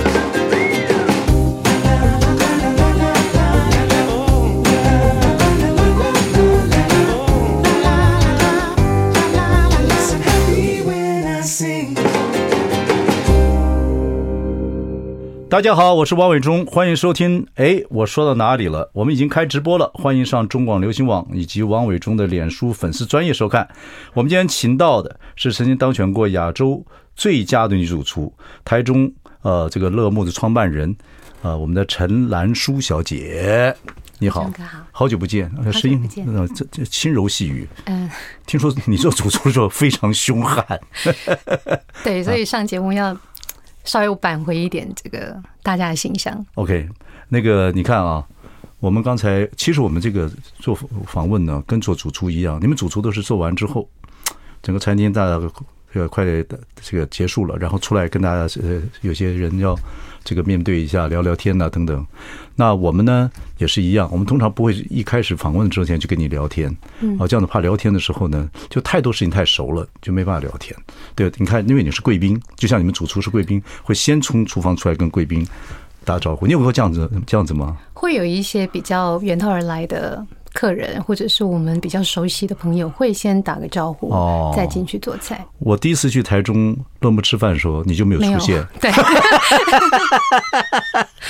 So happy when I sing. 大家好，我是王伟忠，欢迎收听。哎，我说到哪里了？我们已经开直播了，欢迎上中广流行网以及王伟忠的脸书粉丝专业收看。我们今天请到的是曾经当选过亚洲最佳的女主厨，台中呃这个乐木的创办人，呃我们的陈兰淑小姐，你好张哥好，好久不见，呃声音不见呃这这轻柔细语。嗯，听说你做主厨的时候非常凶悍，对，所以上节目要稍微挽回一点这个大家的形象。 OK，那个你看啊，我们刚才其实我们这个做访问呢，跟做主厨一样，你们主厨都是做完之后，整个餐厅大家这个快这个结束了，然后出来跟大家呃有些人要这个面对一下聊聊天呐、等等。那我们呢也是一样，我们通常不会一开始访问之前就跟你聊天，嗯啊这样的怕聊天的时候呢，就太多事情太熟了，就没办法聊天。对，你看，因为你是贵宾，就像你们主厨是贵宾，会先从厨房出来跟贵宾打招呼。你有没有这样子这样子吗？会有一些比较远道而来的客人，或者是我们比较熟悉的朋友，会先打个招呼，哦再进去做菜。我第一次去台中乐木吃饭的时候，你就没有没有出现。， 对，以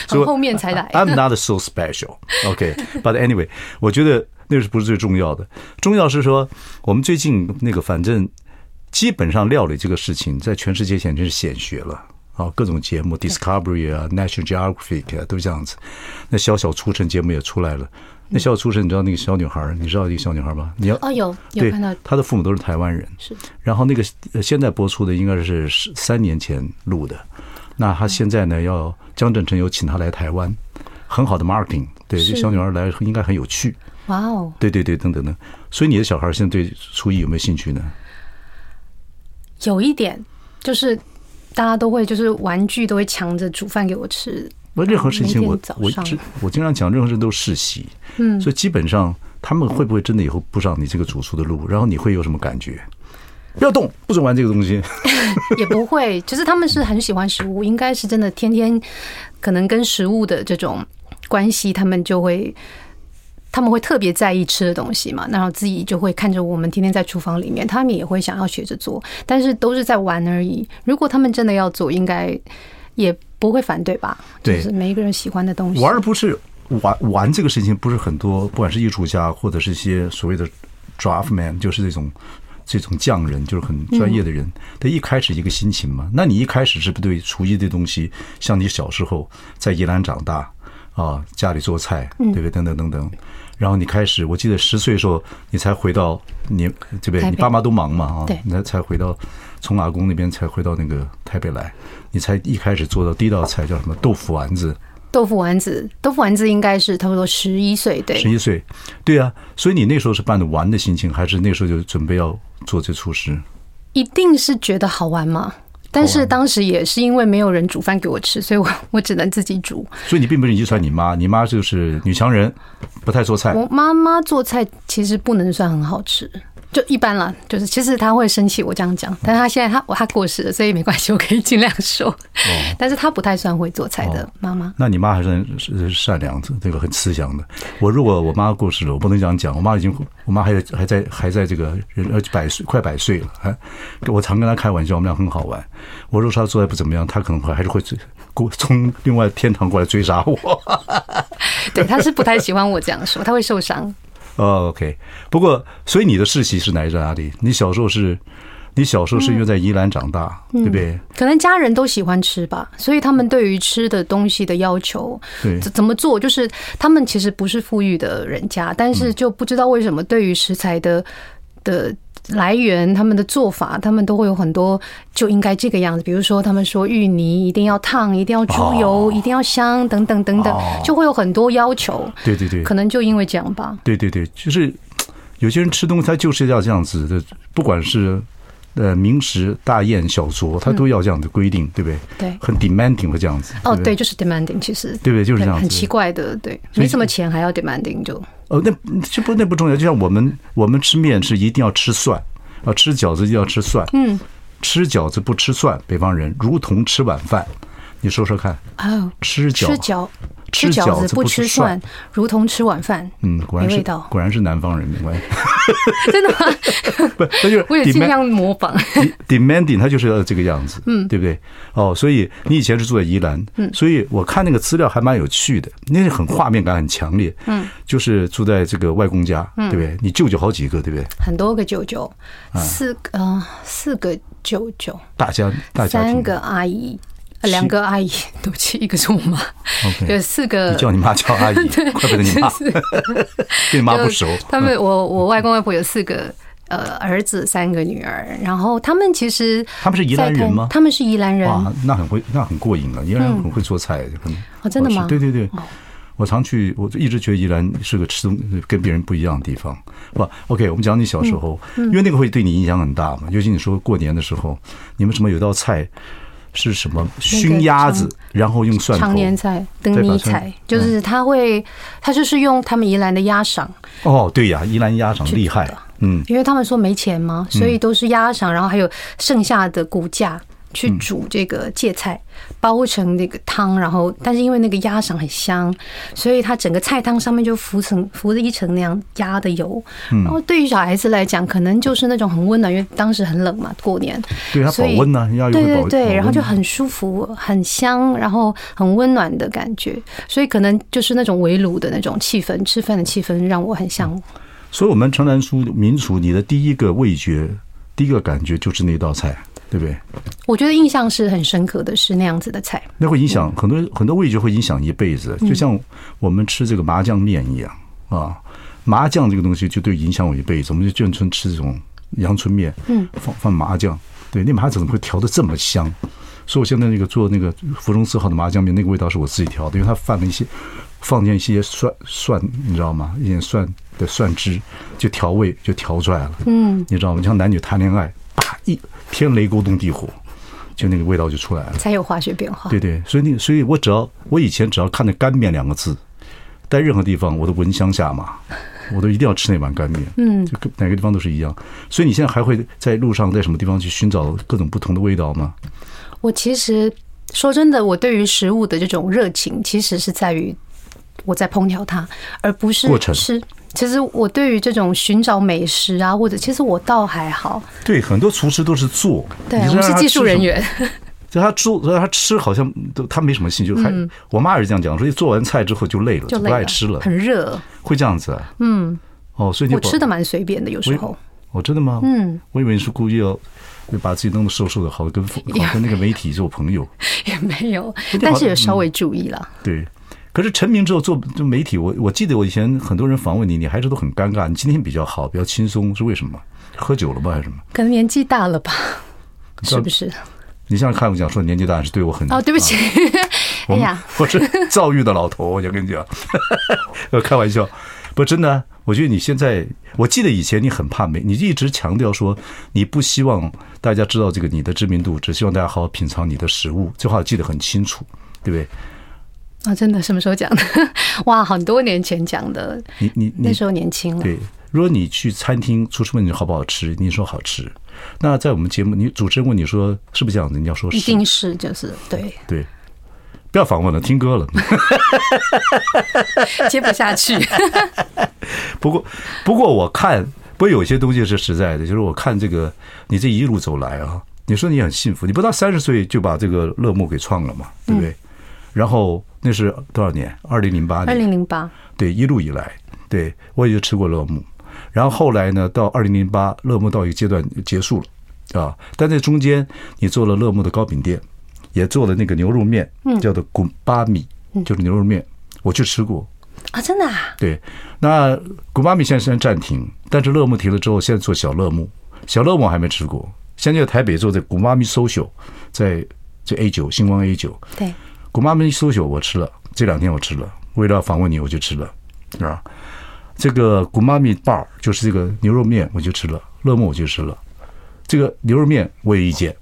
从后面才来。 I'm not so special. OK, but anyway，我觉得那是不是最重要的？重要是说，我们最近那个反正基本上料理这个事情，在全世界简直是显学了。啊，各种节目，Discovery 啊，National Geographic 啊，都这样子。那小小出生节目也出来了。那小小出生，你知道那个小女孩儿，你知道一个小女孩儿吧？你要 哦，有有对看到，她的父母都是台湾人。是然后那个呃现在播出的应该是十三年前录的，那他现在呢要江振成有请他来台湾，很好的 marketing，对，这是小女孩来应该很有趣，哇哦，对对对，等等等。所以你的小孩现在对厨艺有没有兴趣呢？呃有一点就是大家都会就是玩具都会抢着煮饭给我吃。我任何事情每我天早我上只我经常讲，任何事都是世袭，嗯，所以基本上他们会不会真的以后不上你这个主厨的路，然后你会有什么感觉？不要动，不准玩这个东西。 也不会，就是他们是很喜欢食物，应该是真的天天可能跟食物的这种关系，他们就会他们会特别在意吃的东西嘛，然后自己就会看着我们天天在厨房里面，他们也会想要学着做，但是都是在玩而已。如果他们真的要做，应该也不会反对吧？对就是每一个人喜欢的东西。玩儿不是玩玩这个事情，不是很多，不管是艺术家或者是一些所谓的 draftman，就是这种这种匠人，就是很专业的人，嗯他、一开始一个心情嘛。那你一开始是不是对厨艺这东西，像你小时候在宜兰长大啊，家里做菜，嗯对不对？等等等等。然后你开始，我记得十岁的时候，你才回到你这边，台你北爸妈都忙嘛啊，对你才才回到从阿公那边才回到那个台北来，你才一开始做到第一道菜叫什么豆腐丸子，豆腐丸子，豆腐丸子应该是差不多十一岁，对，十一岁，对啊，所以你那时候是伴着玩的心情，还是那时候就准备要做这厨师？一定是觉得好玩嘛。但是当时也是因为没有人煮饭给我吃，所以我 我只能自己煮。所以你并不是遗传你妈，你妈就是女强人，不太做菜。我妈妈做菜其实不能算很好吃，就一般啦。就是其实她会生气我这样讲，但她现在她我她过世了，所以没关系，我可以尽量说。 但是她不太算会做菜的妈妈。那你妈还是很是善良的，这个很慈祥的。我如果我妈过世了，我不能这样讲，我妈已经，我妈还在还在还在这个人而且百岁快百岁了，还我常跟她开玩笑，我们俩很好玩。我如果她做菜不怎么样，她可能会还是会 过从另外天堂过来追杀我。对，她是不太喜欢我这样说，她会受伤。哦，OK。不过，所以你的世袭是来自哪里？你小时候是，你小时候嗯是因为在宜兰长大，对不对？可能家人都喜欢吃吧，所以他们对于吃的东西的要求，对怎怎么做，就是他们其实不是富裕的人家，但嗯是就不知道为什么对于食材的的来源、他们的做法，他们都会有很多就应该这个样子。比如说，他们说芋泥一定要烫，一定要猪油，哦一定要香，等等等等，就会有很多要求。对哦对对可能就因为这样吧。对对对，就是有些人吃东西，他就是要这样子的，不管是呃名食大宴小酌，它都要这样的规定，对不对？对很 demanding 会这样子。嗯哦，不对，，就是 demanding，其实对不对？就是这样子。很奇怪的，对，所以没什么钱还要 demanding 就哦，那这不那不重要，就像我们我们吃面是一定要吃蒜啊，吃饺子一定要吃蒜，嗯，吃饺子不吃蒜，北方人如同吃晚饭，你说说看，哦，吃吃饺饺吃吃饺饺子子不不吃吃蒜蒜，如同吃晚饭， 嗯，果然没味是道，果然是南方人， 明白？ 真的吗？ 不，那就是我也尽 demand- 量模仿， de- demanding，他就是要这个样子，嗯，对不对？哦，所以你以前是住在宜兰，嗯，所以我看那个资料还蛮有趣的，那是很画面感很强烈，嗯，就是住在这个外公家，嗯对不对？你舅舅好几个，对不对？很多个舅舅，嗯四个呃四个舅舅，大家大家三庭个阿姨，呃两个阿姨， 对不起，一个是我妈， ，OK，有四个你叫你妈叫 阿姨，怪不得你妈 对你妈不熟嗯就。他们我我外公外婆有四个。呃，儿子三个女儿，然后他们其实他们是宜兰在人吗台他们是宜兰人，嗯哇，啊那很会，那很过瘾了。宜兰人很会做菜，很哦真的吗好吃对对对，我常去，我一直觉得宜兰是个吃东跟别人不一样的地方。哇，OK，我们讲你小时候，嗯因为那个会对你影响很大嘛。尤其你说过年的时候，你们什么有道菜是什么熏鸭子，然后用蒜头常年菜、对灯把嗯泥蒜菜，就是他会，他就是用他们宜兰的鸭赏，哦，对呀，宜兰鸭掌厉害，嗯，因为他们说没钱嘛，所以都是鸭赏，然后还有剩下的骨架去煮这个芥菜，包成那个汤，然后但是因为那个鸭赏很香，所以它整个菜汤上面就浮层浮着一层那样鸭的油。嗯然后对于小孩子来讲，可能就是那种很温暖，因为当时很冷嘛，过年，对它所保以温呢，鸭又对会保对保对，温然后就很舒服、很香，然后很温暖的感觉，所以可能就是那种围炉的那种气氛，吃饭的气氛让我很向往。所以，我们城南书民俗，你的第一个味觉、第一个感觉就是那道菜，对不对？我觉得印象是很深刻的，是那样子的菜。那会影响很多很多味觉，会影响一辈子，就像我们吃这个麻酱面一样啊。麻酱这个东西就对影响我一辈子，我们就眷村吃这种阳春面，嗯，放放麻酱，对，那麻酱怎么会调的这么香？所以我现在那个做那个福中四号的麻酱面，那个味道是我自己调的，因为它放了一些放进一些蒜蒜，你知道吗？一点蒜的蒜汁就调味就调出来了，嗯，你知道吗？就像男女谈恋爱，啪一天雷勾动地火，就那个味道就出来了。才有化学变化。 对对，所以那个，所以我只要我以前只要看到干面两个字，在任何地方我都闻香下马，我都一定要吃那碗干面。嗯，就跟哪个地方都是一样。所以你现在还会在路上在什么地方去寻找各种不同的味道吗？我其实说真的，我对于食物的这种热情，其实是在于我在烹调它，而不是过程吃。其实我对于这种寻找美食啊，或者其实我倒还好，对，很多厨师都是做，对啊你我知道们是他技吃术什人么。员，就他做，他吃好像都他没什么兴趣，还我妈也是这样讲，所以做完菜之后就累了，就不累爱吃了，很热。会这样子啊。嗯，哦，所以你我保吃的蛮随便的，有时候我。哦，真的吗？嗯，我以为你是故意要把自己弄得瘦瘦的，好跟好跟那个媒体做朋友。 也没有，但嗯是有稍微注意了。对，可是成名之后做做媒体，我我记得我以前很多人访问你，你还是都很尴尬。你今天比较好，比较轻松，是为什么？喝酒了吗？还是什么？可能年纪大了吧，知道是不是？啊你像看我讲说年纪大是对我很哦，对不起， 我哎们 呀，我是躁郁的老头，我就跟你讲， 我开玩笑，不真的啊。我觉得你现在，我记得以前你很怕没，你一直强调说你不希望大家知道这个你的知名度，只希望大家好好品尝你的食物。这话我记得很清楚，对不对？啊、真的什么时候讲的？ 哇，很多年前讲的，你你你那时候年轻了。对，如果你去餐厅，厨师问你好不好吃，你说好吃。那在我们节目，你主持人问你说是不是这样子，你要说一是，定是就是 对，对，不要访问了，听歌了。 接不下去。不过，不过我看，不过有些东西是实在的，就是我看这个你这一路走来啊，你说你很幸福，你不到三十岁就把这个乐幕给创了嘛，对嗯不对？然后那是多少年？二零零八二年。零零八，对，一路以来，对我也就吃过乐木，然后后来呢，到二零零八，乐木到一个阶段结束了啊，但在中间你做了乐木的糕饼店，也做了那个牛肉面，叫做滚巴米，就是牛肉面，我去吃过。啊，真的啊，对，那古巴米现在虽然暂停，但是乐木停了之后，现在做小乐木，小乐木我还没吃过。现在在台北做的古巴米 social，在这 A 九星光 A 九，对，古妈咪搜酒我吃了，这两天我吃了，为了访问你我就吃了，啊，这个古妈咪 bar 就是这个牛肉面我就吃了，乐木我就吃了，这个牛肉面我有意见，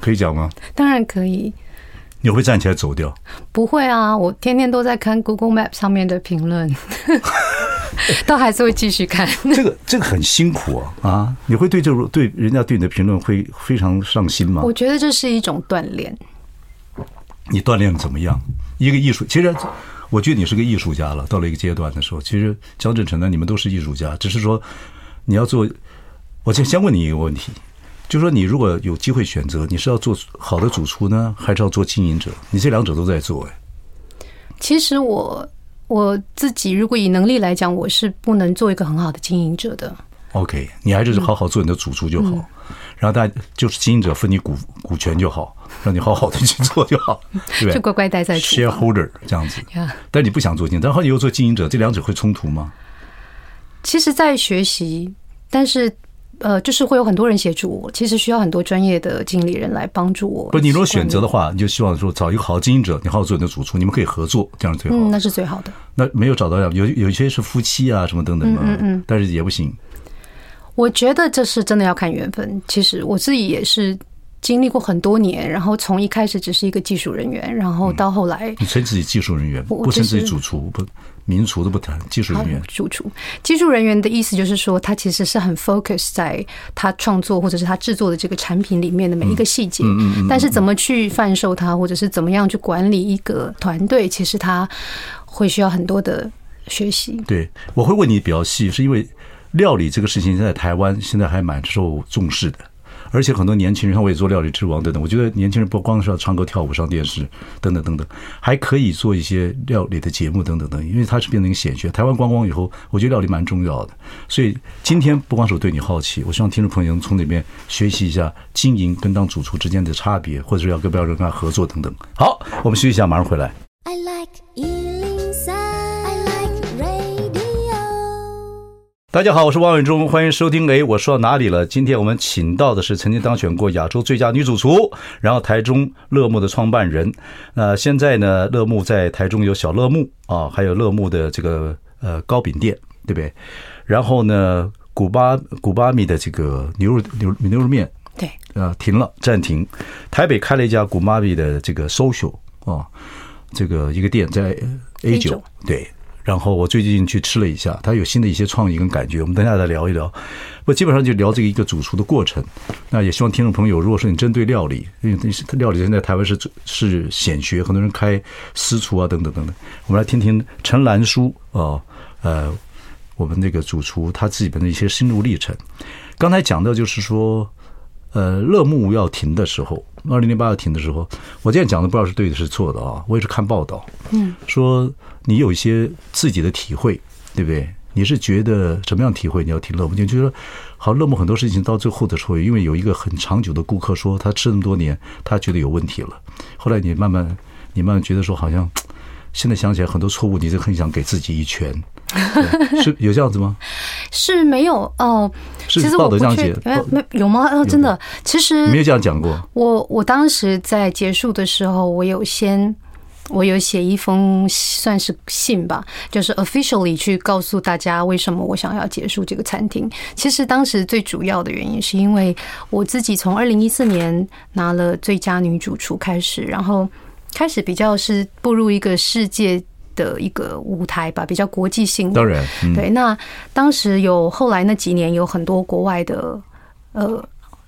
可以讲吗？当然可以，你会站起来走掉？不会啊，我天天都在看 Google Map 上面的 评论，都还是会继续 看。这个这个很辛苦啊啊！你会对这种对人家对你的评论会非常上心吗？我觉得这是一种锻炼，你锻炼得怎么样？一个艺术，其实我觉得你是个艺术家了。到了一个阶段的时候，其实江振成呢，你们都是艺术家，只是说你要做。我先先问你一个问题，就说你如果有机会选择，你是要做好的主厨呢，还是要做经营者？你这两者都在做，哎，其实我我自己如果以能力来讲，我是不能做一个很好的经营者的。 OK，你还是好好做你的主厨就好，嗯然后大家就是经营者分你股股权就好，让你好好的去做就好，对不对？嗯就乖乖待在厨房 shareholder 这样子 Yeah。但你不想做经营，然后你又做经营者，这两者会冲突吗？其实，在学习，但是呃，就是会有很多人协助我，其实需要很多专业的经理人来帮助我。不，你如果选择的习话，你就希望说找一个好的经营者，你好好做你的主厨，你们可以合作，这样是最惯好了，的。嗯，那嗯是最好的。那没有找到有有一些是夫妻啊什么等等的，但是也不行。我觉得这是真的要看缘分。其实我自己也是经历过很多年，然后从一开始只是一个技术人员，然后到后来你称自己技术人员，我我不称自己就是主厨，不民厨都不谈，技术人员啊。主厨。技术人员的意思就是说，他其实是很 focus 在他创作或者是他制作的这个产品里面的每一个细节，但是怎么去贩售它，或者是怎么样去管理一个团队，其实他会需要很多的学习。对，我会问你比较细，是因为料理这个事情在台湾现在还蛮受重视的，而且很多年轻人，像我也做料理之王等等，我觉得年轻人不光是要唱歌跳舞、上电视等等等等，还可以做一些料理的节目等等等，因为它是变成一个显学。台湾观光以后，我觉得料理蛮重要的，所以今天不光是我对你好奇，我希望听众朋友能从里面学习一下经营跟当主厨之间的差别，或者是要跟不要跟他合作等等。好，我们休息一下，马上回来。 I like Ealing Sound. I like radio. 大家好，我是王伟忠，欢迎收听。哎，我说到哪里了？今天我们请到的是曾经当选过亚洲最佳女主厨，然后台中乐木的创办人。呃，现在呢，乐木在台中有小乐木啊，还有乐木的这个呃糕饼店，对不对？然后呢，古巴古巴米的这个牛肉牛牛肉面对，呃停了，暂停。台北开了一家古妈咪的这个 social 啊，这个一个店在 A 九 A9 对。然后我最近去吃了一下，它有新的一些创意跟感觉，我们等一下再聊一聊。我基本上就聊这个一个主厨的过程。那也希望听众朋友，如果说你针对料理，因为你是料理现在台湾是是显学，很多人开私厨啊等等等等。我们来听听陈兰书啊，呃，我们那个主厨他自己的一些心路历程。刚才讲到就是说，呃，乐木要停的时候，二零零八要停的时候，我今天讲的不知道是对的是错的啊，我也是看报道，嗯，说你有一些自己的体会，对不对？你是觉得什么样的体会？你要听乐木，你就说，好，乐木很多事情到最后的时候，因为有一个很长久的顾客说他吃那么多年，他觉得有问题了，后来你慢慢，你慢慢觉得说好像。现在想起来很多错误，你是很想给自己一 拳，对是有这样子吗？是没有哦、是其实报我得不这样确写哎报没有吗？哦，真的，其实没有这样讲过。我我当时在结束的时候，我有先我有写一封算是信吧，就是 officially 去告诉大家为什么我想要结束这个餐厅。其实当时最主要的原因是因为我自己从二零一四年拿了最佳女主厨开始，然后开始比较是步入一个世界。的一个舞台吧，比较国际性的。当然，嗯，对，那当时有后来那几年有很多国外的，呃，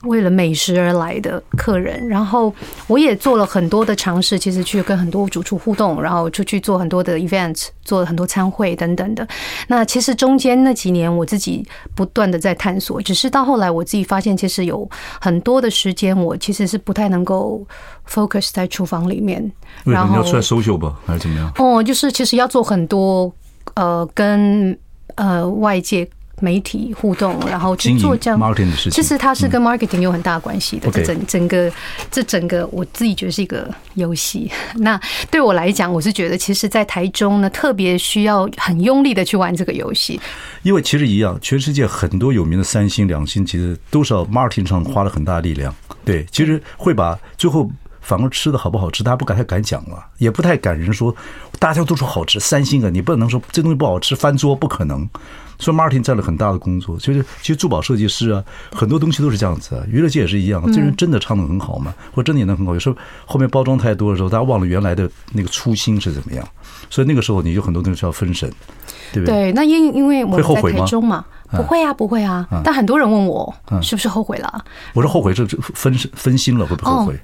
为了美食而来的客人，然后我也做了很多的尝试，其实去跟很多主厨互动，然后出去做很多的 event，做了很多餐会等等的。那其实中间那几年我自己不断的在探索，只是到后来我自己发现，其实有很多的时间我其实是不太能够 focus 在厨房里面，为什然么后你要出来搜秀吧，还是怎么样？哦，就是其实要做很多呃跟呃外界媒体互动，然后经去营做这样 marketing 的事情，嗯其实它是跟 marketing 有很大的关系的。 OK 这整整个这整个我自己觉得是一个游戏。 那对我来讲，我是觉得其实，在台中呢，特别需要很用力的去玩这个游戏。因为其实一样，全世界很多有名的三星、两星，其实都是要 marketing 上花了很大力量。对，其实会把最后反而吃的好不好吃，大家不敢太敢讲了，也不太敢人说大家都说好吃，三星啊，你不能说这东西不好吃翻桌，不可能。所以 Martin 占了很大的工作，就是其实珠宝设计师啊，很多东西都是这样子、啊，娱乐界也是一样，这人真的唱的很好嘛，或者真的演的很好，有时候后面包装太多的时候，大家忘了原来的那个初心是怎么样，所以那个时候你有很多东西需要分神，对不对？对，那因因为我会们后在悔台吗嗯中嘛，不会啊，不会啊。但很多人问我是不是后悔了啊，我说后悔是分分心了，会不会后悔？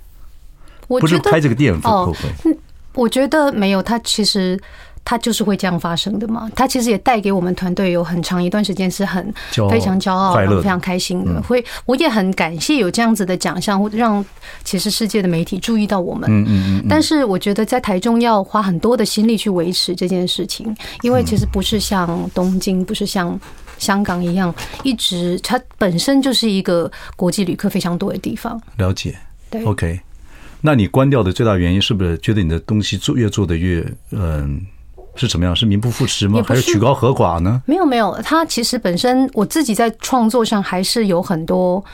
我不是觉得开这个店后哦悔，我觉得没有，它其实它就是会这样发生的嘛。它其实也带给我们团队有很长一段时间是很骄傲非常骄傲、快乐的嗯非常开心的。会，我也很感谢有这样子的奖项，让其实世界的媒体注意到我们。嗯嗯嗯，但是我觉得在台中要花很多的心力去维持这件事情，因为其实不是像东京，不是像香港一样，一直它本身就是一个国际旅客非常多的地方。了解。对 OK，那你关掉的最大原因是不是觉得你的东西做越做的越嗯是怎么样？是名不副实吗也？还不是是曲高和寡呢？没有没有，它其实本身我自己在创作上还是有很多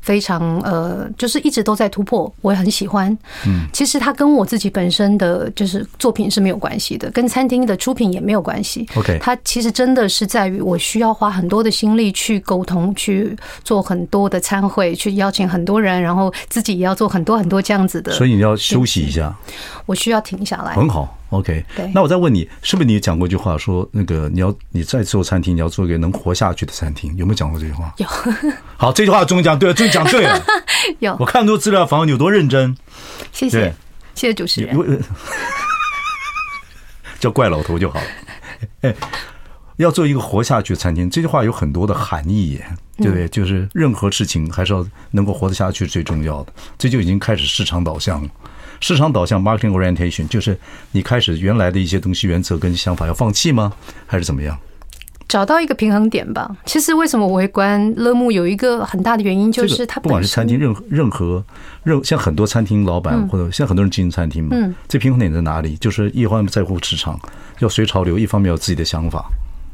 非常呃，就是一直都在突破，我也很喜欢。嗯，其实它跟我自己本身的就是作品是没有关系的，跟餐厅的出品也没有关系。 OK 它其实真的是在于我需要花很多的心力去沟通，去做很多的参会，去邀请很多人，然后自己也要做很多很多这样子的。所以你要休息一下，我需要停下来。很好。OK，对那我再问你，是不是你也讲过一句话说，那个你要你再做餐厅，你要做一个能活下去的餐厅，有没有讲过这句话？有 好，这句话终于讲对了，终于讲对了。我有，看很多资料，访问你有多认真，谢对谢谢谢主持人因。为 叫怪老头就好了。 哎，要做一个活下去的餐厅，这句话有很多的含义耶，嗯对不对？就是任何事情还是要能够活得下去是最重要的。这就已经开始市场导向了。市场导向 （marketing orientation） 就是你开始原来的一些东西、原则跟想法要放弃吗？还是怎么样？找到一个平衡点吧。其实为什么我会关乐木，有一个很大的原因就这是个它不本管是身餐厅，任何任何任像很多餐厅老嗯板或者现在很多人经营餐厅嘛，这平衡点在哪里？就是一方面在乎市场，要随潮流；一方面有自己的想法。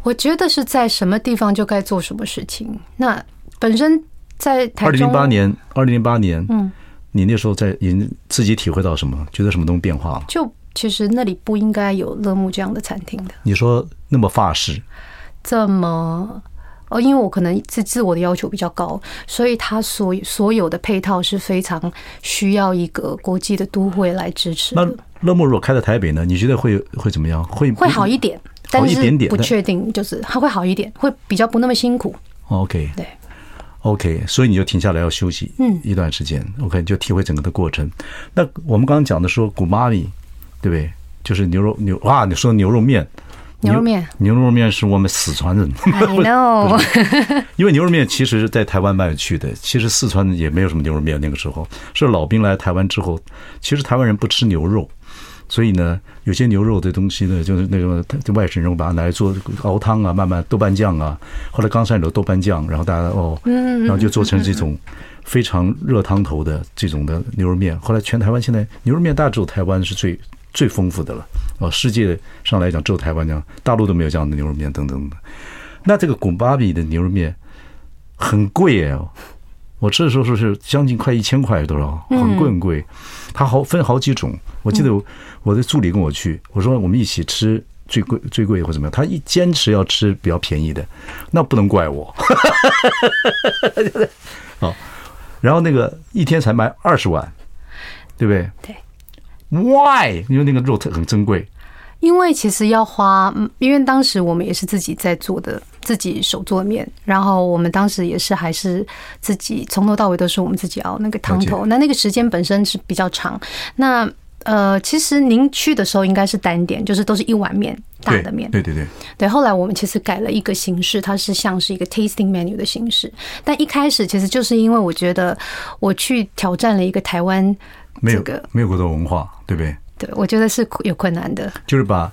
我觉得是在什么地方就该做什么事情。那本身在台二零中，零八年，二零零八年，嗯，你那时候在已经自己体会到什么？觉得什么东西变化了？就其实那里不应该有乐木这样的餐厅的。你说那么法式，这么。哦，因为我可能自自我的要求比较高，所以它所所有的配套是非常需要一个国际的都会来支持那的，乐莫如果开在台北呢？你觉得会会怎么样？会会好一点，但一是点点不但确定，就是它会好一点，会比较不那么辛苦。 ？OK，对。 OK，所以你就停下来要休息，嗯一段时间。OK，你就体会整个的过程。那我们刚刚讲的说古玛米，对不对？就是牛肉牛哇，你说牛肉面，牛肉面哎牛，牛肉面是我们四川人， I know，因为牛肉面其实，在台湾卖得去的，其实四川也没有什么牛肉面。那个时候是老兵来台湾之后，其实台湾人不吃牛肉，所以呢，有些牛肉的东西呢，就是那个外省人把它拿来做熬汤啊，慢慢豆瓣酱啊。后来冈山有豆瓣酱，然后大家哦，然后就做成这种非常热汤头的这种的牛肉面。后来全台湾现在牛肉面，大家只有台湾是最最丰富的了。哦，世界上来讲，只有台湾这样，大陆都没有这样的牛肉面等等的。那这个古巴比的牛肉面很贵耶，我吃的时候是是将近快一千块多少，嗯很贵很贵。它好分好几种，我记得我我的助理跟我去，我说我们一起吃最贵最贵或怎么样，他一坚持要吃比较便宜的，那不能怪我。 好，然后那个一天才买二十碗，对不对？对。 Why？因为那个肉特很珍贵，因为其实要花，嗯因为当时我们也是自己在做的，自己手做面，然后我们当时也是还是自己从头到尾都是我们自己熬那个汤了头，那那个时间本身是比较长。那呃，其实您去的时候应该是单点，就是都是一碗面大的面，对对对，对，后来我们其实改了一个形式，它是像是一个 tasting menu 的形式。但一开始其实就是因为我觉得我去挑战了一个台湾没这有个，没有国道文化，对不对？对我觉得是有困难的。就是把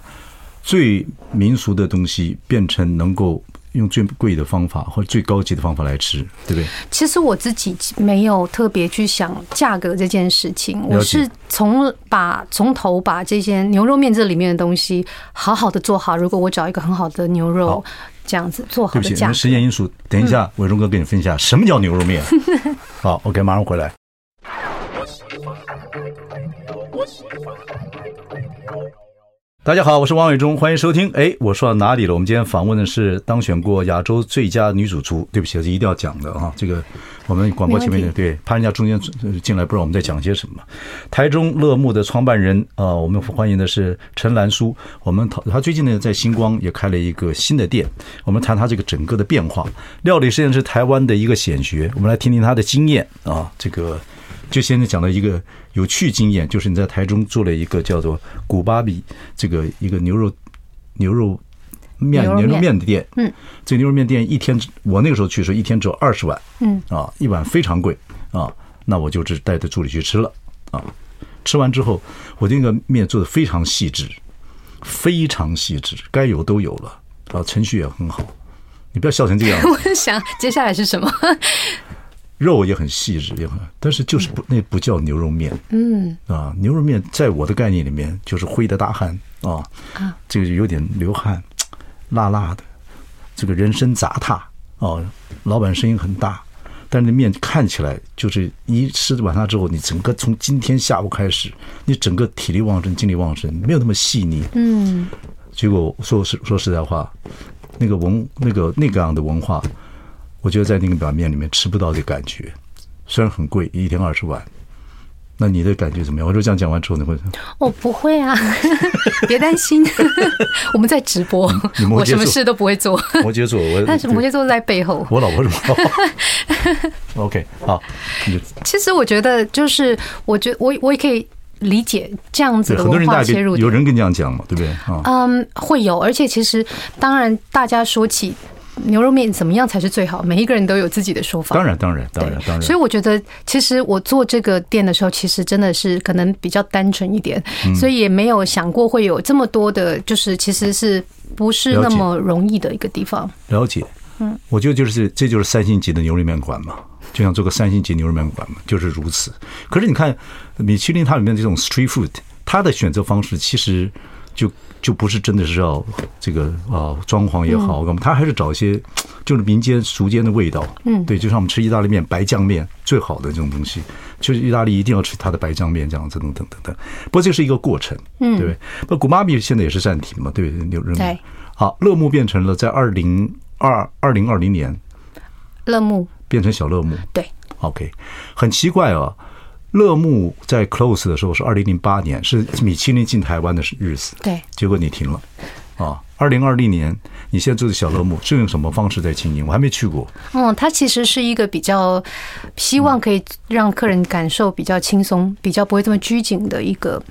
最民俗的东西变成能够用最贵的方法或最高级的方法来吃，对不对？其实我自己没有特别去想价格这件事情，解我是从把从头把这些牛肉面这里面的东西好好的做好。如果我找一个很好的牛肉好，这样子做好对不的嗯起，你价们时间格，因素，等一下，伟忠哥跟你分享什么叫牛肉面。好，OK，马上回来。大家好，我是王伟忠，欢迎收听。哎，我说到哪里了？我们今天访问的是当选过亚洲最佳女主厨。对不起，这一定要讲的啊！这个我们广播前面没也问对，怕人家中间呃进来不知道我们在讲些什么。台中乐木的创办人啊、我们欢迎的是陈兰淑。我们讨她最近呢在星光也开了一个新的店，我们谈她这个整个的变化。料理实验是台湾的一个显学，我们来听听她的经验啊，这个。就现在讲到一个有趣经验，就是你在台中做了一个叫做古巴比这个一个牛肉牛肉面牛肉牛面肉面的店，嗯，这牛肉面店一天我那个时候去的时候一天只有二十碗，嗯啊，一碗非常贵啊，那我就只带着助理去吃了啊，吃完之后我那个面做的非常细致，非常细致，该有都有了啊，程序也很好，你不要笑成这个样子。 我在想接下来是什么？ 肉也很细致，也很，但是就是不那不叫牛肉面，嗯啊，牛肉面在我的概念里面就是灰的大汗啊，啊，这个有点流汗，辣辣的，这个人声杂沓啊，老板声音很大，但是那面看起来就是你一吃完它之后，你整个从今天下午开始，你整个体力旺盛、精力旺盛，没有那么细腻，嗯，结果说实说实在话，那个文那个那个样的文化，我觉得在那个表面里面吃不到这感觉，虽然很贵，一天二十万。那你的感觉怎么样？我就这样讲完之后，你 会我不会啊， 别担心， 我们在直播你嗯摩羯，座我什么事都不会做，摩羯座，我 但是摩羯座在背后。我老婆是 摩 OK，好，你其实我觉得，就是我觉我我也可以理解这样子对的很多文人化大切概入点。有人跟你这样讲嘛，对不对啊？嗯，会有，而且其实当然，大家说起牛肉面怎么样才是最好，每一个人都有自己的说法。当然，当然，当然，当所以然，我觉得，其实我做这个店的时候，其实真的是可能比较单纯一点，嗯所以也没有想过会有这么多的，就是其实是不是了那解么容易的一个地方。了解。嗯，我觉得就是这就是三星级的牛肉面馆嘛，就想做个三星级牛肉面馆嘛，就是如此。可是你看米其林它里面这种 street food，它的选择方式其实就就不是真的是要这个啊、装潢也好干嘛，它还是找一些就是民间俗间的味道。嗯，对，就像我们吃意大利面白酱面最好的这种东西，就是意大利一定要吃它的白酱面这样子等等等等。不过这是一个过程，嗯，对不对？那古巴比现在也是暂停嘛，对不对？牛肉面对。好，乐木变成了在二零二二零二零年乐木，变成小乐木。对， OK，很奇怪啊，乐木在 close 的时候是二零零八年，是米其林进台湾的日子。对结果你停了啊。二零二零年，你现在做的小乐木是用什么方式在经营？我还没去过。嗯，它其实是一个比较希望可以让客人感受比较轻松、比较不会这么拘谨的一个。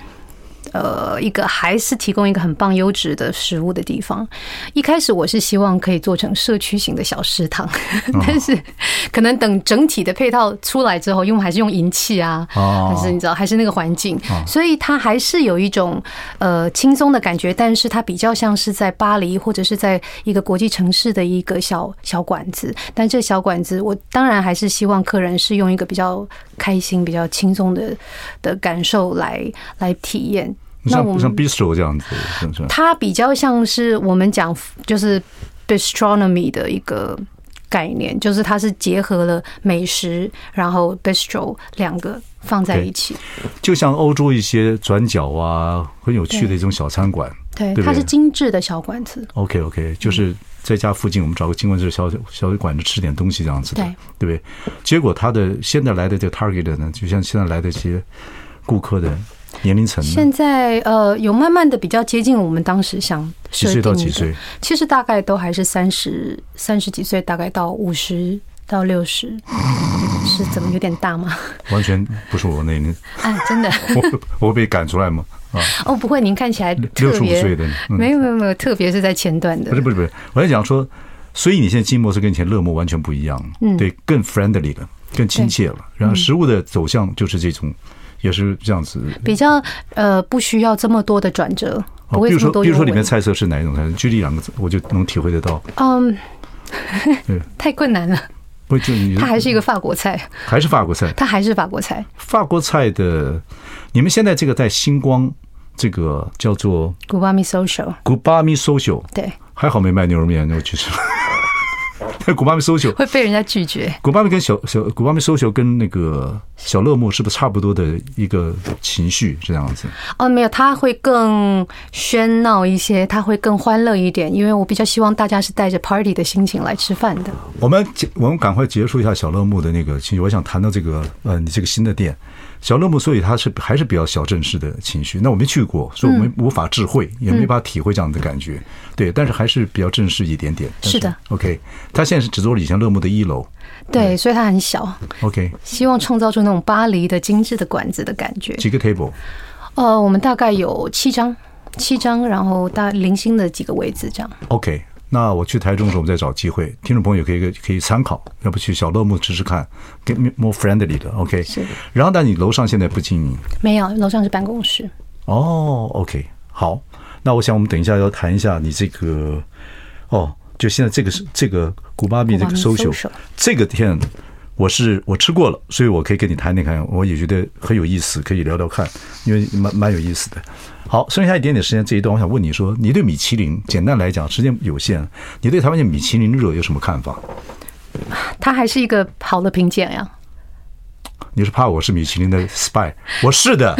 呃，一个还是提供一个很棒优质的食物的地方。一开始我是希望可以做成社区型的小食堂， 但是可能等整体的配套出来之后，因为还是用银器啊，哦还是你知道，还是那个环境，所以它还是有一种呃轻松的感觉，但是它比较像是在巴黎或者是在一个国际城市的一个小小馆子。但这小馆子，我当然还是希望客人是用一个比较开心、比较轻松的的感受来来体验。你那我像像们 bistro 这样子，是不是？它比较像是我们讲就是 bistronomy 的一个概念，就是它是结合了美食然后 bistro 两个放在一起。就像欧洲一些转角啊，很有趣的一种小餐馆。对，对不它是对精致的小馆子。 OK OK，就是嗯在家附近，我们找个经文式小小馆子吃点东西这样子的，对不对？结果他的现在来的这个 target 呢，就像现在来的这些顾客的年龄层呢，现在呃，有慢慢的比较接近我们当时想几设岁定到的，几岁？其实大概都还是三十三十几岁，大概到五十到 六十，是怎么有点大吗？ 完全不是我那龄，哎，真的我我被赶出来嘛啊！哦，不会，您看起来六特十五别岁的，嗯，没有没有没有，特别是在前段的不是，不是不是，我在讲说，所以你现在金模式跟以前乐模完全不一样，嗯对，更 friendly 了，更亲切了，然后食物的走向就是这种，也是这样子。比较呃不需要这么多的转折，哦不会比这如说，么多比如幽说里面微。菜色是哪一种菜色？举例两个字，我就能体会得到。嗯对， 太困难了，不就你 它还是一个法国菜，还是法国菜？它还是法国菜。法国菜的，你们现在这个在星光这个叫做古巴米 social， g u b a m i Social，对，还好没卖牛肉面，我去吃。 但古巴米 social 会被人家拒绝。古巴米跟小小古巴米 social 跟那个小乐木是不是差不多的一个情绪这样子？哦，没有，他会更喧闹一些，他会更欢乐一点，因为我比较希望大家是带着 party 的心情来吃饭的。我们结我们赶快结束一下小乐木的那个情绪。我想谈到这个呃，你这个新的店，小乐木，所以它是还是比较小镇式的情绪。那我没去过，所以我们嗯无法智慧，也没法体会这样的感觉。对，但是还是比较正式一点点。但是的，OK。它现在是只做了以前乐木的一楼对，所以它很小， ，OK，希望创造出那种巴黎的精致的馆子的感觉。几个 table，呃，我们大概有七张，七张，然后大零星的几个位置这样。 OK，那我去台中的时候，我们再找机会，听众朋友可以可以参考，要不去小乐木试试看，get me more friendly 的 OK。是的然后，但你楼上现在不经营没有，楼上是办公室。哦，OK，好。那我想我们等一下要谈一下你这个哦，就现在这个是这个古巴米这个 Gubabi social social 这个店，我是我吃过了，所以我可以跟你谈谈看，我也觉得很有意思，可以聊聊看，因为蛮蛮有意思的。好，剩下一点点时间这一段，我想问你说，你对米其林，简单来讲，时间有限，你对台湾的米其林热有什么看法？它还是一个好的评鉴呀。你是怕我是米其林的 spy？我是的。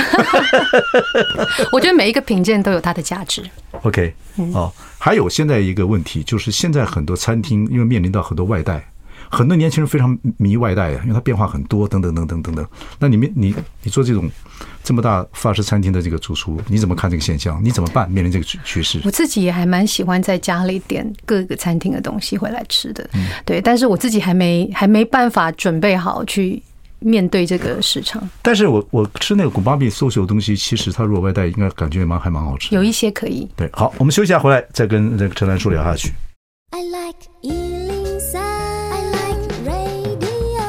我觉得每一个评鉴都有它的价值。 OK，哦，还有现在一个问题就是，现在很多餐厅因为面临到很多外带，很多年轻人非常迷外带啊，因为它变化很多，等等等等等等。那你面你你做这种这么大法式餐厅的这个主厨，你怎么看这个现象？你怎么办？面临这个趋趋势我自己也还蛮喜欢在家里点各个餐厅的东西回来吃的，对，但是我自己还没还没办法准备好去面对这个市场，但是我我吃那个古巴比搜求的东西，其实它如果外带，应该感觉蛮还蛮好吃的。有一些可以。对，好，我们休息一下，回来再跟那个陈兰叔聊下去。 I like Ealing Sound. I like radio.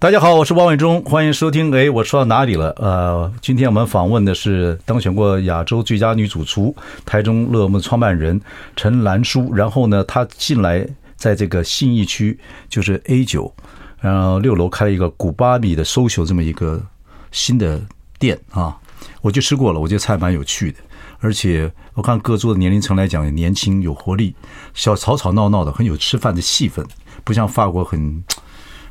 大家好，我是汪伟忠，欢迎收听。哎，我说到哪里了？呃，今天我们访问的是当选过亚洲最佳女主厨、台中乐木创办人陈兰淑。然后呢，她近来在这个信义区，就是 A 九，然后六楼开了一个古巴米的 social 这么一个新的店啊，我就吃过了，我觉得菜蛮有趣的。而且我看各桌的年龄层来讲，年轻有活力，小吵吵闹闹的，很有吃饭的气氛，不像法国很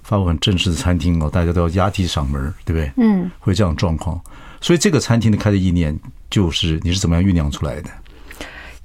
法国很正式的餐厅哦，大家都要压低嗓门儿，对不对？嗯，会这样的状况。所以这个餐厅的开的意念就是你是怎么样酝酿出来的？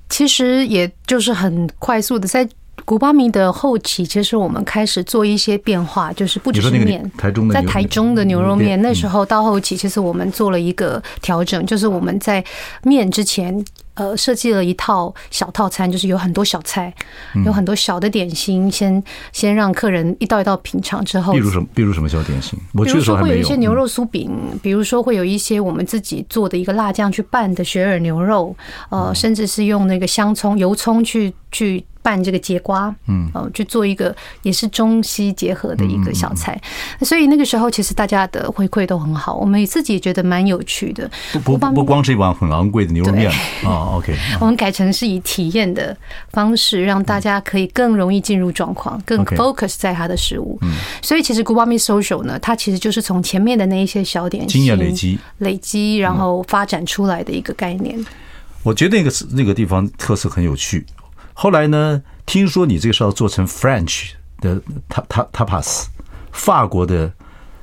其实也就是很快速的，在古巴米的后期，其实我们开始做一些变化，就是不只你说是那个面，台中的在牛嗯台中的牛肉牛肉面面，那时候到后期，其实我们做了一个调整，就是我们在面之前。呃，设计了一套小套餐，就是有很多小菜，嗯有很多小的点心，先先让客人一道一道品尝之后比，如什么，比如什么小点心？我哦比去如的时候说还会有没一有嗯些。牛肉酥饼，比如说会有一些我们自己做的一个辣酱去拌的雪耳牛肉，嗯呃，甚至是用那个香葱、油葱去去拌这个节瓜，嗯，呃，去做一个也是中西结合的嗯一个小菜。所以那个时候其实大家的回馈都很好，我们自己也觉得蛮有趣的。不不不光是一碗很昂贵的牛肉面啊，OK，我们改成是以体验的方式，让大家可以更容易进入状况，更 OK 嗯 focus 在他的食物。所以其实 Guami Social 呢，它其实就是从前面的那一些小点心经验累积嗯累积，然后发展出来的一个概念。我觉得那个是那个地方特色很有趣。后来呢，听说你这个是要做成 French 的 ta ta tapas，法国的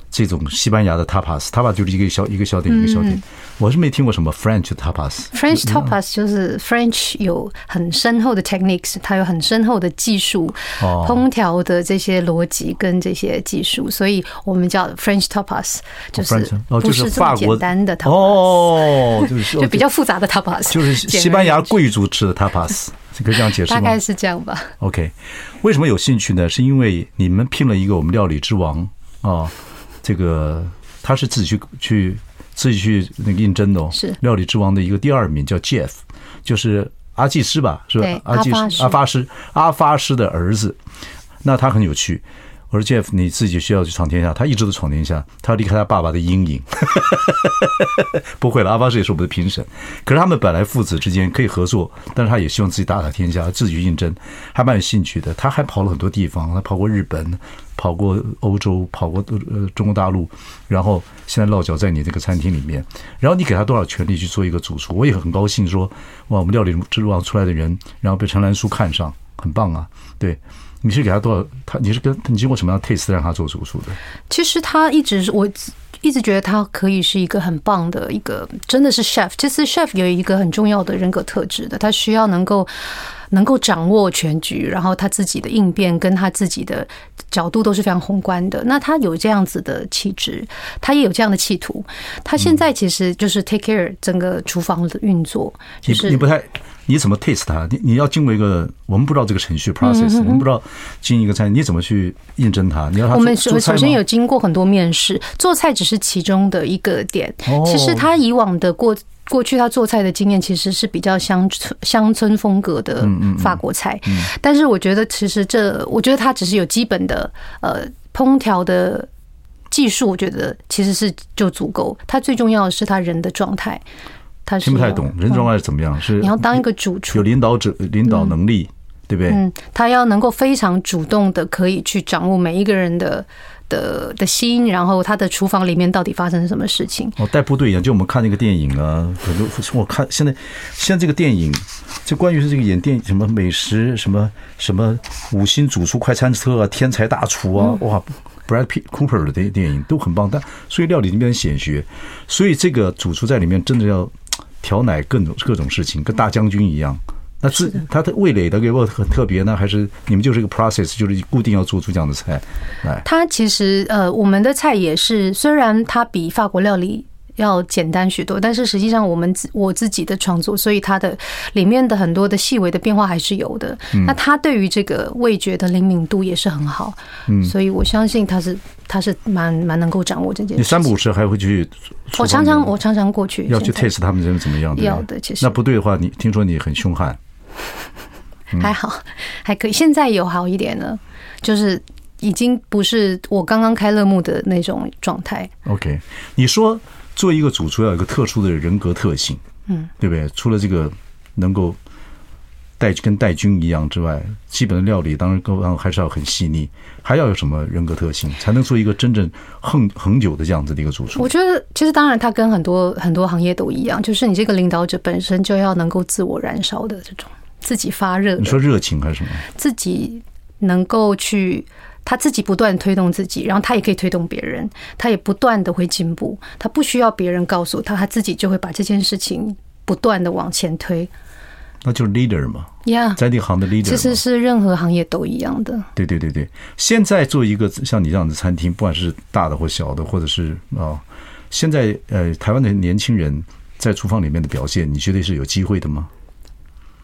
这种西班牙的 tapas，tapas 就是一个小一个小点一个小嗯点。我是没听过什么 French tapas。 French tapas 就是 French 有很深厚的 techniques，它有很深厚的技术、哦烹调的这些逻辑跟这些技术，所以我们叫 French tapas，就是哦，不就是这法么国简单的 tapas，、哦， 就是就比较复杂的 tapas，就是西班牙简而言之贵族吃的 tapas，是可以这样解释吗？大概是这样吧。 OK，为什么有兴趣呢？是因为你们聘了一个我们料理之王啊、这个他是自己去去自己去那个应征的哦，是料理之王的一个第二名叫 Jeff，就是阿技师吧，是吧对？阿技阿发师师阿发师阿发师的儿子，那他很有趣。我说 Jeff，你自己需要去闯天下，他一直都闯天下，他离开他爸爸的阴影。不会了，阿巴士也是我们的评审。可是他们本来父子之间可以合作，但是他也希望自己打打天下，自己去应征，还蛮有兴趣的。他还跑了很多地方，他跑过日本，跑过欧洲，跑过呃中国大陆，然后现在落脚在你这个餐厅里面。然后你给他多少权利去做一个主厨？我也很高兴说，哇，我们料理之路上出来的人，然后被陈兰书看上，很棒啊，对。你是给他多少？他你是跟你经过什么样的 taste 让他做手术的？其实他一直是我一直觉得他可以是一个很棒的一个，真的是 chef。其实 chef 有一个很重要的人格特质的，他需要能够能够掌握全局，然后他自己的应变跟他自己的角度都是非常宏观的。那他有这样子的气质，他也有这样的企图。他现在其实就是 take care 整个厨房的运作，就你是你不太，你怎么 taste 它？你你要经过一个，我们不知道这个程嗯序 process，、我们不知道经营一个餐，你怎么去验证它？你要它我们做首做菜首吗先有经过很多面试，做菜只是其中的一个点。哦其实他以往的过过去他做菜的经验，其实是比较乡村乡村风格的嗯法国菜。但是我觉得，其实这我觉得他只是有基本的呃烹调的。技术我觉得其实是就足够，他最重要的是他人的状态，他是听不太要懂人状态是怎么样？是嗯你要当一个主厨有，领导者领导能力，对不对？嗯，他要能够非常主动的，可以去掌握每一个人的的的心，然后他的厨房里面到底发生什么事情。哦，带部队一样，就我们看那个电影啊，很多我看现在现在这个电影，就关于是这个演电影什么美食什么什么五星主厨快餐车啊，天才大厨啊，哇，Brad Pitt Cooper 的电电影都很棒，但所以料理已经变成显学，所以这个主厨在里面真的要调奶各种各种事情，跟大将军一样。那自他的味蕾的给我很特别呢，还是你们就是一个 process，就是固定要做出这样的菜来？它其实呃，我们的菜也是，虽然它比法国料理。要简单许多，但是实际上我们自我自己的创作，所以它的里面的很多的细微的变化还是有的。嗯那他对于这个味觉的灵敏度也是很好，嗯所以我相信他是他是蛮蛮能够掌握这件你事情。三不五时还会去？我常常我常常过去要去现在 test 他们人怎么样？对吧要的其实那不对的话，你听说你很凶悍，嗯还好， 还可以。现在有好一点了，就是已经不是我刚刚开乐幕的那种状态。 OK，你说做一个主厨要有一个特殊的人格特性，嗯，对不对？除了这个能够带跟带军一样之外，基本的料理当然更当然还是要很细腻，还要有什么人格特性，才能做一个真正恒恒久的这样子的一个主厨？我觉得，其实当然，它跟很多很多行业都一样，就是你这个领导者本身就要能够自我燃烧的这种，自己发热你的，说热情还是什么？自己能够去。他自己不断推动自己，然后他也可以推动别人，他也不断的会进步，他不需要别人告诉他，他自己就会把这件事情不断的往前推。那就是 leader 嘛， Yeah，在这行的 leader 其嘛实是任何行业都一样的。对对对对，现在做一个像你这样的餐厅，不管是大的或小的，或者是啊、现在呃，台湾的年轻人在厨房里面的表现，你觉得是有机会的吗？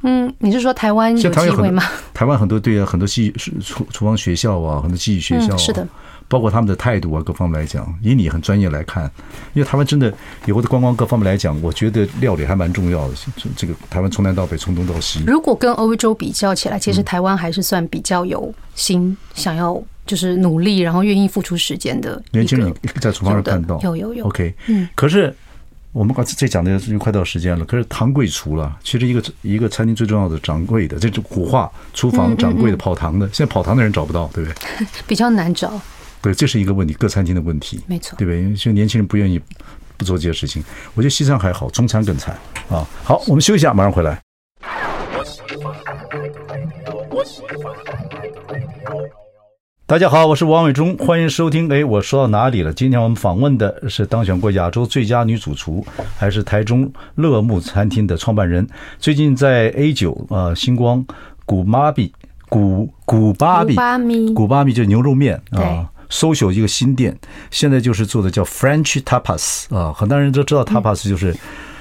嗯，你是说台湾有现在台湾机有会很吗多？台湾很多对啊，很多技厨厨房学校啊，很多技艺学校、啊嗯是的，包括他们的态度啊，各方面来讲，以你很专业来看，因为台湾真的以后的观光各方面来讲，我觉得料理还蛮重要的。这这个台湾从南到北，从东到西，如果跟欧洲比较起来，其实台湾还是算比较有心，想要就是努力，然后愿意付出时间的一个年轻人在厨房上看到，有有有 OK，嗯，可是我们刚才这讲的就快到时间了，可是堂柜厨了，其实一个一个餐厅最重要的掌柜的，这是古话，厨嗯房掌柜的跑堂的，现在跑堂的人找不到，对不对？比较难找，对，这是一个问题，各餐厅的问题，没错对不对？因为现在年轻人不愿意不做这些事情，我觉得西餐还好，中餐更惨啊。好，我们休息一下，马上回来。大家好，我是王伟忠，欢迎收听。哎，我说到哪里了？今天我们访问的是当选过亚洲最佳女主厨，还是台中乐木餐厅的创办人。最近在 A 九呃星光古巴比古古巴比古巴米古巴米就是牛肉面对啊。搜索一个新店，现在就是做的叫 French tapas 啊，很多人都知道 tapas 就是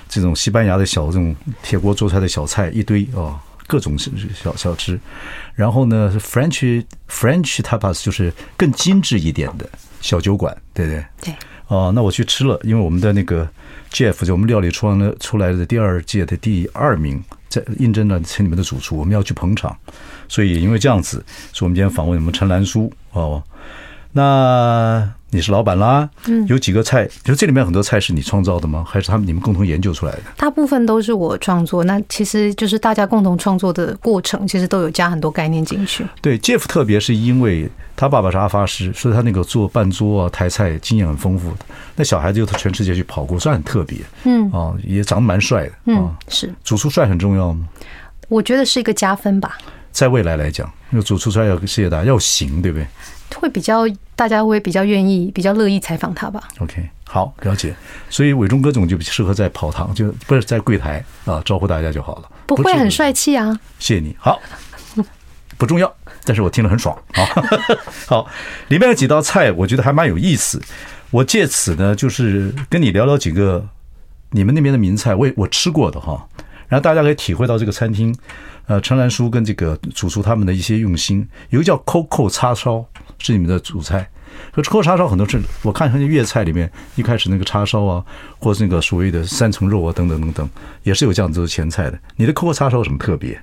这种西班牙的小这种铁锅做出来的小菜一堆啊，各种小小小吃。然后呢，French French tapas 就是更精致一点的小酒馆，对不对？对，哦，那我去吃了，因为我们的那个 Jeff 就我们料理出完了出来的第二届的第二名，在应征了请你们的主厨，我们要去捧场，所以也因为这样子，所以我们今天访问我们陈兰书哦。那你是老板啦，嗯，有几个菜，就这里面很多菜是你创造的吗？还是他们你们共同研究出来的？大部分都是我创作。那其实就是大家共同创作的过程，其实都有加很多概念进去。对，Jeff 特别是因为他爸爸是阿发师，所以他那个做半桌啊、台菜经验很丰富。那小孩子又到全世界去跑过，算很特别，嗯，啊，也长得蛮帅的，啊嗯，是，主厨帅很重要吗？我觉得是一个加分吧。在未来来讲，因为主厨出来要谢谢大家要行，对不对会比较大家会比较愿意、比较乐意采访他吧。 ？OK，好，了解。所以伟忠哥总就适合在跑堂，就不是在柜台啊招呼大家就好了，不会是很帅气啊，谢谢你，好， 不重要，但是我听了很爽啊。 好，里面有几道菜，我觉得还蛮有意思。我借此呢，就是跟你聊聊几个你们那边的名菜，我也我吃过的哈，然后大家可以体会到这个餐厅，呃，陈兰叔跟这个主厨他们的一些用心。有一个叫 Coco 叉烧，是你们的主菜。说 Coco 叉烧很多是，我看很多粤菜里面一开始那个叉烧啊，或是那个所谓的三层肉啊，等等等等，也是有这样子的前菜的。你的 Coco 叉烧有什么特别？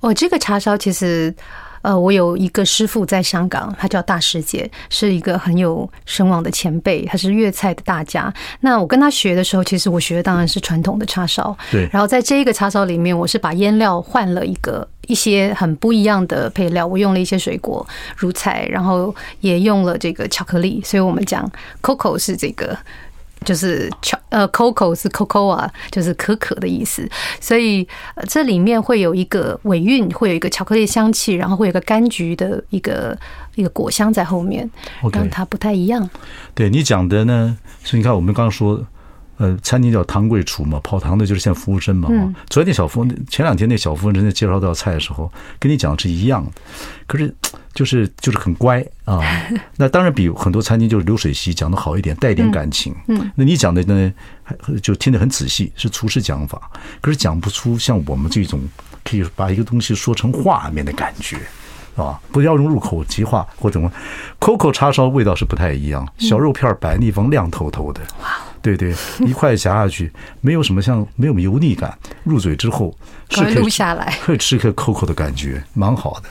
哦，这个叉烧其实，呃，我有一个师傅在香港，他叫大师姐，是一个很有声望的前辈，他是粤菜的大家。那我跟他学的时候，其实我学的当然是传统的叉烧，对然后在这一个叉烧里面，我是把腌料换了一个一些很不一样的配料，我用了一些水果、如菜，然后也用了这个巧克力，所以我们讲 Coco 是这个。就是巧呃，coco 是 cocoa 啊，就是可可的意思，所以、呃这里面会有一个尾韵，会有一个巧克力香气，然后会有一个柑橘的一个一个果香在后面 OK 让它不太一样。对你讲的呢，所以你看我们刚刚说，呃，餐厅叫堂贵厨嘛，跑堂的就是现在服务生嘛。哈昨天那小服务，前两天那小服务生在介绍这道菜的时候，跟你讲的是一样的，可是就是就是很乖啊。那当然比很多餐厅就是流水席讲的好一点，带一点感情。嗯，那你讲的呢，还就听得很仔细，是厨师讲法，可是讲不出像我们这种可以把一个东西说成画面的感觉。啊，不要融入口即化或怎么，Coco 叉烧味道是不太一样，嗯小肉片儿白地方亮透透的，哦对对，一块夹下去，没有什么像没有油腻感，入嘴之后是赶快可以录吃下来可以吃个 Coco 的感觉，蛮好的，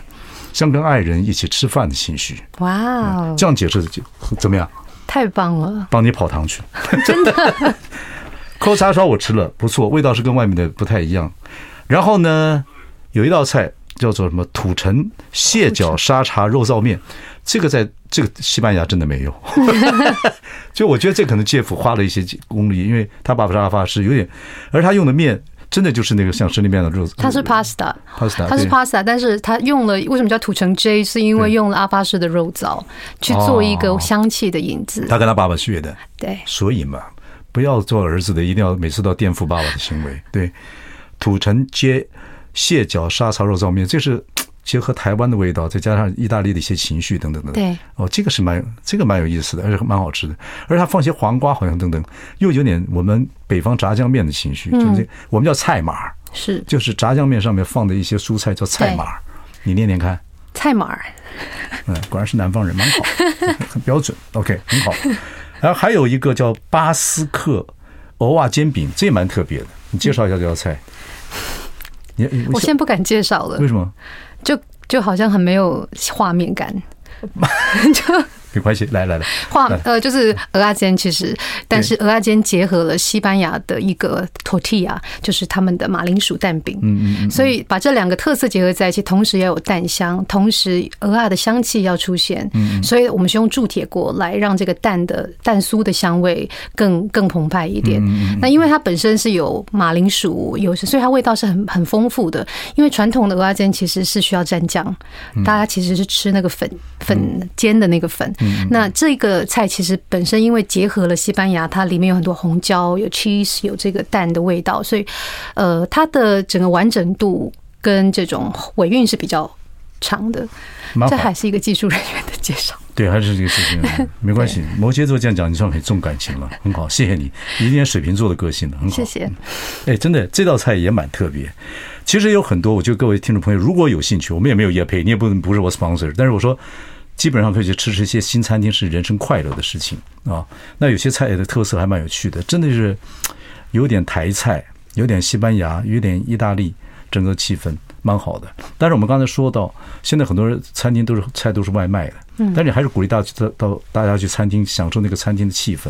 像跟爱人一起吃饭的情绪，哇哦，这样解释就怎么样？太棒了！帮你跑堂去，真 的。扣叉烧我吃了，不错，味道是跟外面的不太一样。然后呢，有一道菜叫做什么土城蟹脚沙茶肉燥面，这个在这个西班牙真的没有。 就我觉得这可能介甫花了一些功力，因为他爸爸是阿法师，有点，而他用的面真的就是那个像生力面的肉，呃它是 pasta， pasta，它是对 pasta，但是它用了为什么叫土城 J？是因为对用了阿巴式的肉燥去做一个香气的引子。他跟他爸爸学的。对，所以嘛，不要做儿子的，一定要每次都要颠覆爸爸的行为。对，土城街蟹脚沙茶肉燥面，这是结合台湾的味道，再加上意大利的一些情绪等等等等。对，哦，这个是蛮这个蛮有意思的，而且蛮好吃的，而且它放些黄瓜好像等等，又有点我们北方炸酱面的情绪，就是这我们叫菜码儿，是就是炸酱面上面放的一些蔬菜叫菜码儿，你念念看。菜码儿，嗯，果然是南方人，蛮好， 很标准。OK，很好。然后还有一个叫巴斯克偶瓦煎饼，这也蛮特别的。你介绍一下这道菜。你你我现在不敢介绍了为，什么？就就好像很没有画面 感。没关系，来来来，画来呃，就是鹅阿煎，其实，但是鹅阿煎结合了西班牙的一个 tortilla，就是他们的马铃薯蛋饼，嗯嗯，所以把这两个特色结合在一起，同时要有蛋香，同时鹅阿的香气要出现，嗯，所以我们是用铸铁锅来让这个蛋的蛋酥的香味更更澎湃一点。那因为它本身是有马铃薯，有所以它味道是很很丰富的。因为传统的鹅阿煎其实是需要蘸酱，大家其实是吃那个粉粉煎的那个粉。那这个菜其实本身因为结合了西班牙，它里面有很多红椒、有 cheese、有这个蛋的味道，所以呃，它的整个完整度跟这种尾韵是比较长的。蛮这还好。是一个技术人员的介绍。对，还是这个事情，没关系。摩羯座这样讲，你算很重感情了，很好，谢谢你，你一点水瓶座的个性了，很嗯好。谢谢。哎，真的，这道菜也蛮特别。其实有很多，我觉得各位听众朋友如果有兴趣，我们也没有业配，你也不能不是我 sponsor，但是我说，基本上可以去吃吃一些新餐厅，是人生快乐的事情啊。那有些菜的特色还蛮有趣的，真的是有点台菜，有点西班牙，有点意大利，整个气氛蛮好的。但是我们刚才说到，现在很多餐厅都是菜都是外卖的，嗯，但是还是鼓励大家去到大家去餐厅享受那个餐厅的气氛。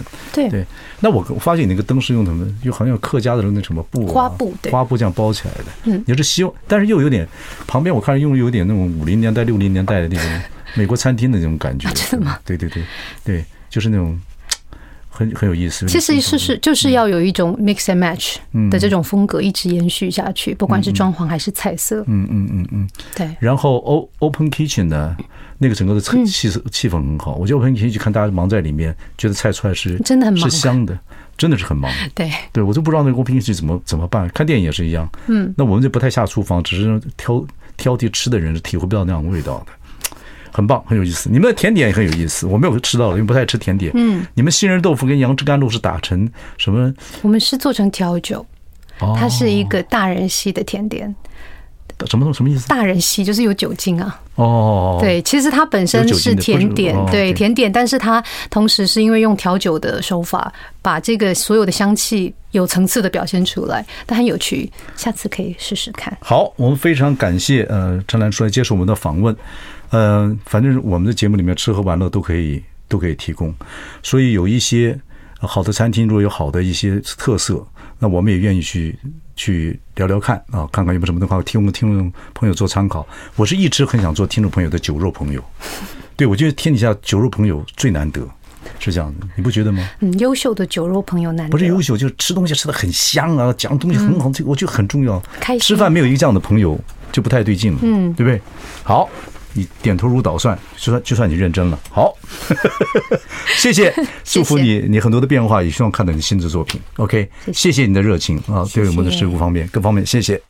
对对，那我我发现你那个灯是用什么？又好像有客家的那什么布、啊、花布对花布这样包起来的。嗯，也是希望，但是又有点旁边我看着用有点那种五零年代、六零年代 啊的那种美国餐厅的那种感觉。真的吗？对对对对，就是那种很很有意思。其实是嗯是就是要有一种 mix and match 的这种风格一直延续下去，不管是装潢还是彩色，嗯嗯嗯嗯。对，然后 O Open Kitchen 呢，那个整个的嗯气气色气氛很好。我觉得 Open Kitchen 看大家忙在里面，觉得菜出来是真的很忙是香的，真的是 很忙。对，对我就不知道那个 Open Kitchen 怎么怎么办。看电影也是一样，嗯，那我们就不太下厨房，只是挑挑剔吃的人是体会不到那种味道的。很棒，很有意思。你们的甜点也很有意思，我没有吃到，因为不太吃甜点。嗯，你们杏仁豆腐跟杨枝甘露是打成什么？我们是做成调酒，哦它是一个大人系的甜点，什么什么意思？大人系就是有酒精啊，哦，对，其实它本身有酒精是的不是甜点哦，对对甜点，但是它同时是因为用调酒的手法，把这个所有的香气有层次的表现出来，它很有趣，下次可以试试看。好，我们非常感谢呃陈兰出来接受我们的访问，呃，反正我们的节目里面吃喝玩乐都可以都可以提供，所以有一些呃好的餐厅，如果有好的一些特色，那我们也愿意去去聊聊看啊，看看有没有什么的话提供听众朋友做参考。我是一直很想做听众朋友的酒肉朋友，对我觉得天底下酒肉朋友最难得，是这样的，你不觉得吗？嗯，优秀的酒肉朋友难得，不是优秀，就是吃东西吃的很香啊，讲东西很好，这个我觉得很重要。开心吃饭没有一个这样的朋友就不太对劲了，嗯，对不对？好，你点头如捣蒜，就算就算你认真了。好， 谢 谢，祝福你你很多的变化，也希望看到你新的作品。OK，谢谢你的热情啊，对我们的食物方面各方面，谢谢。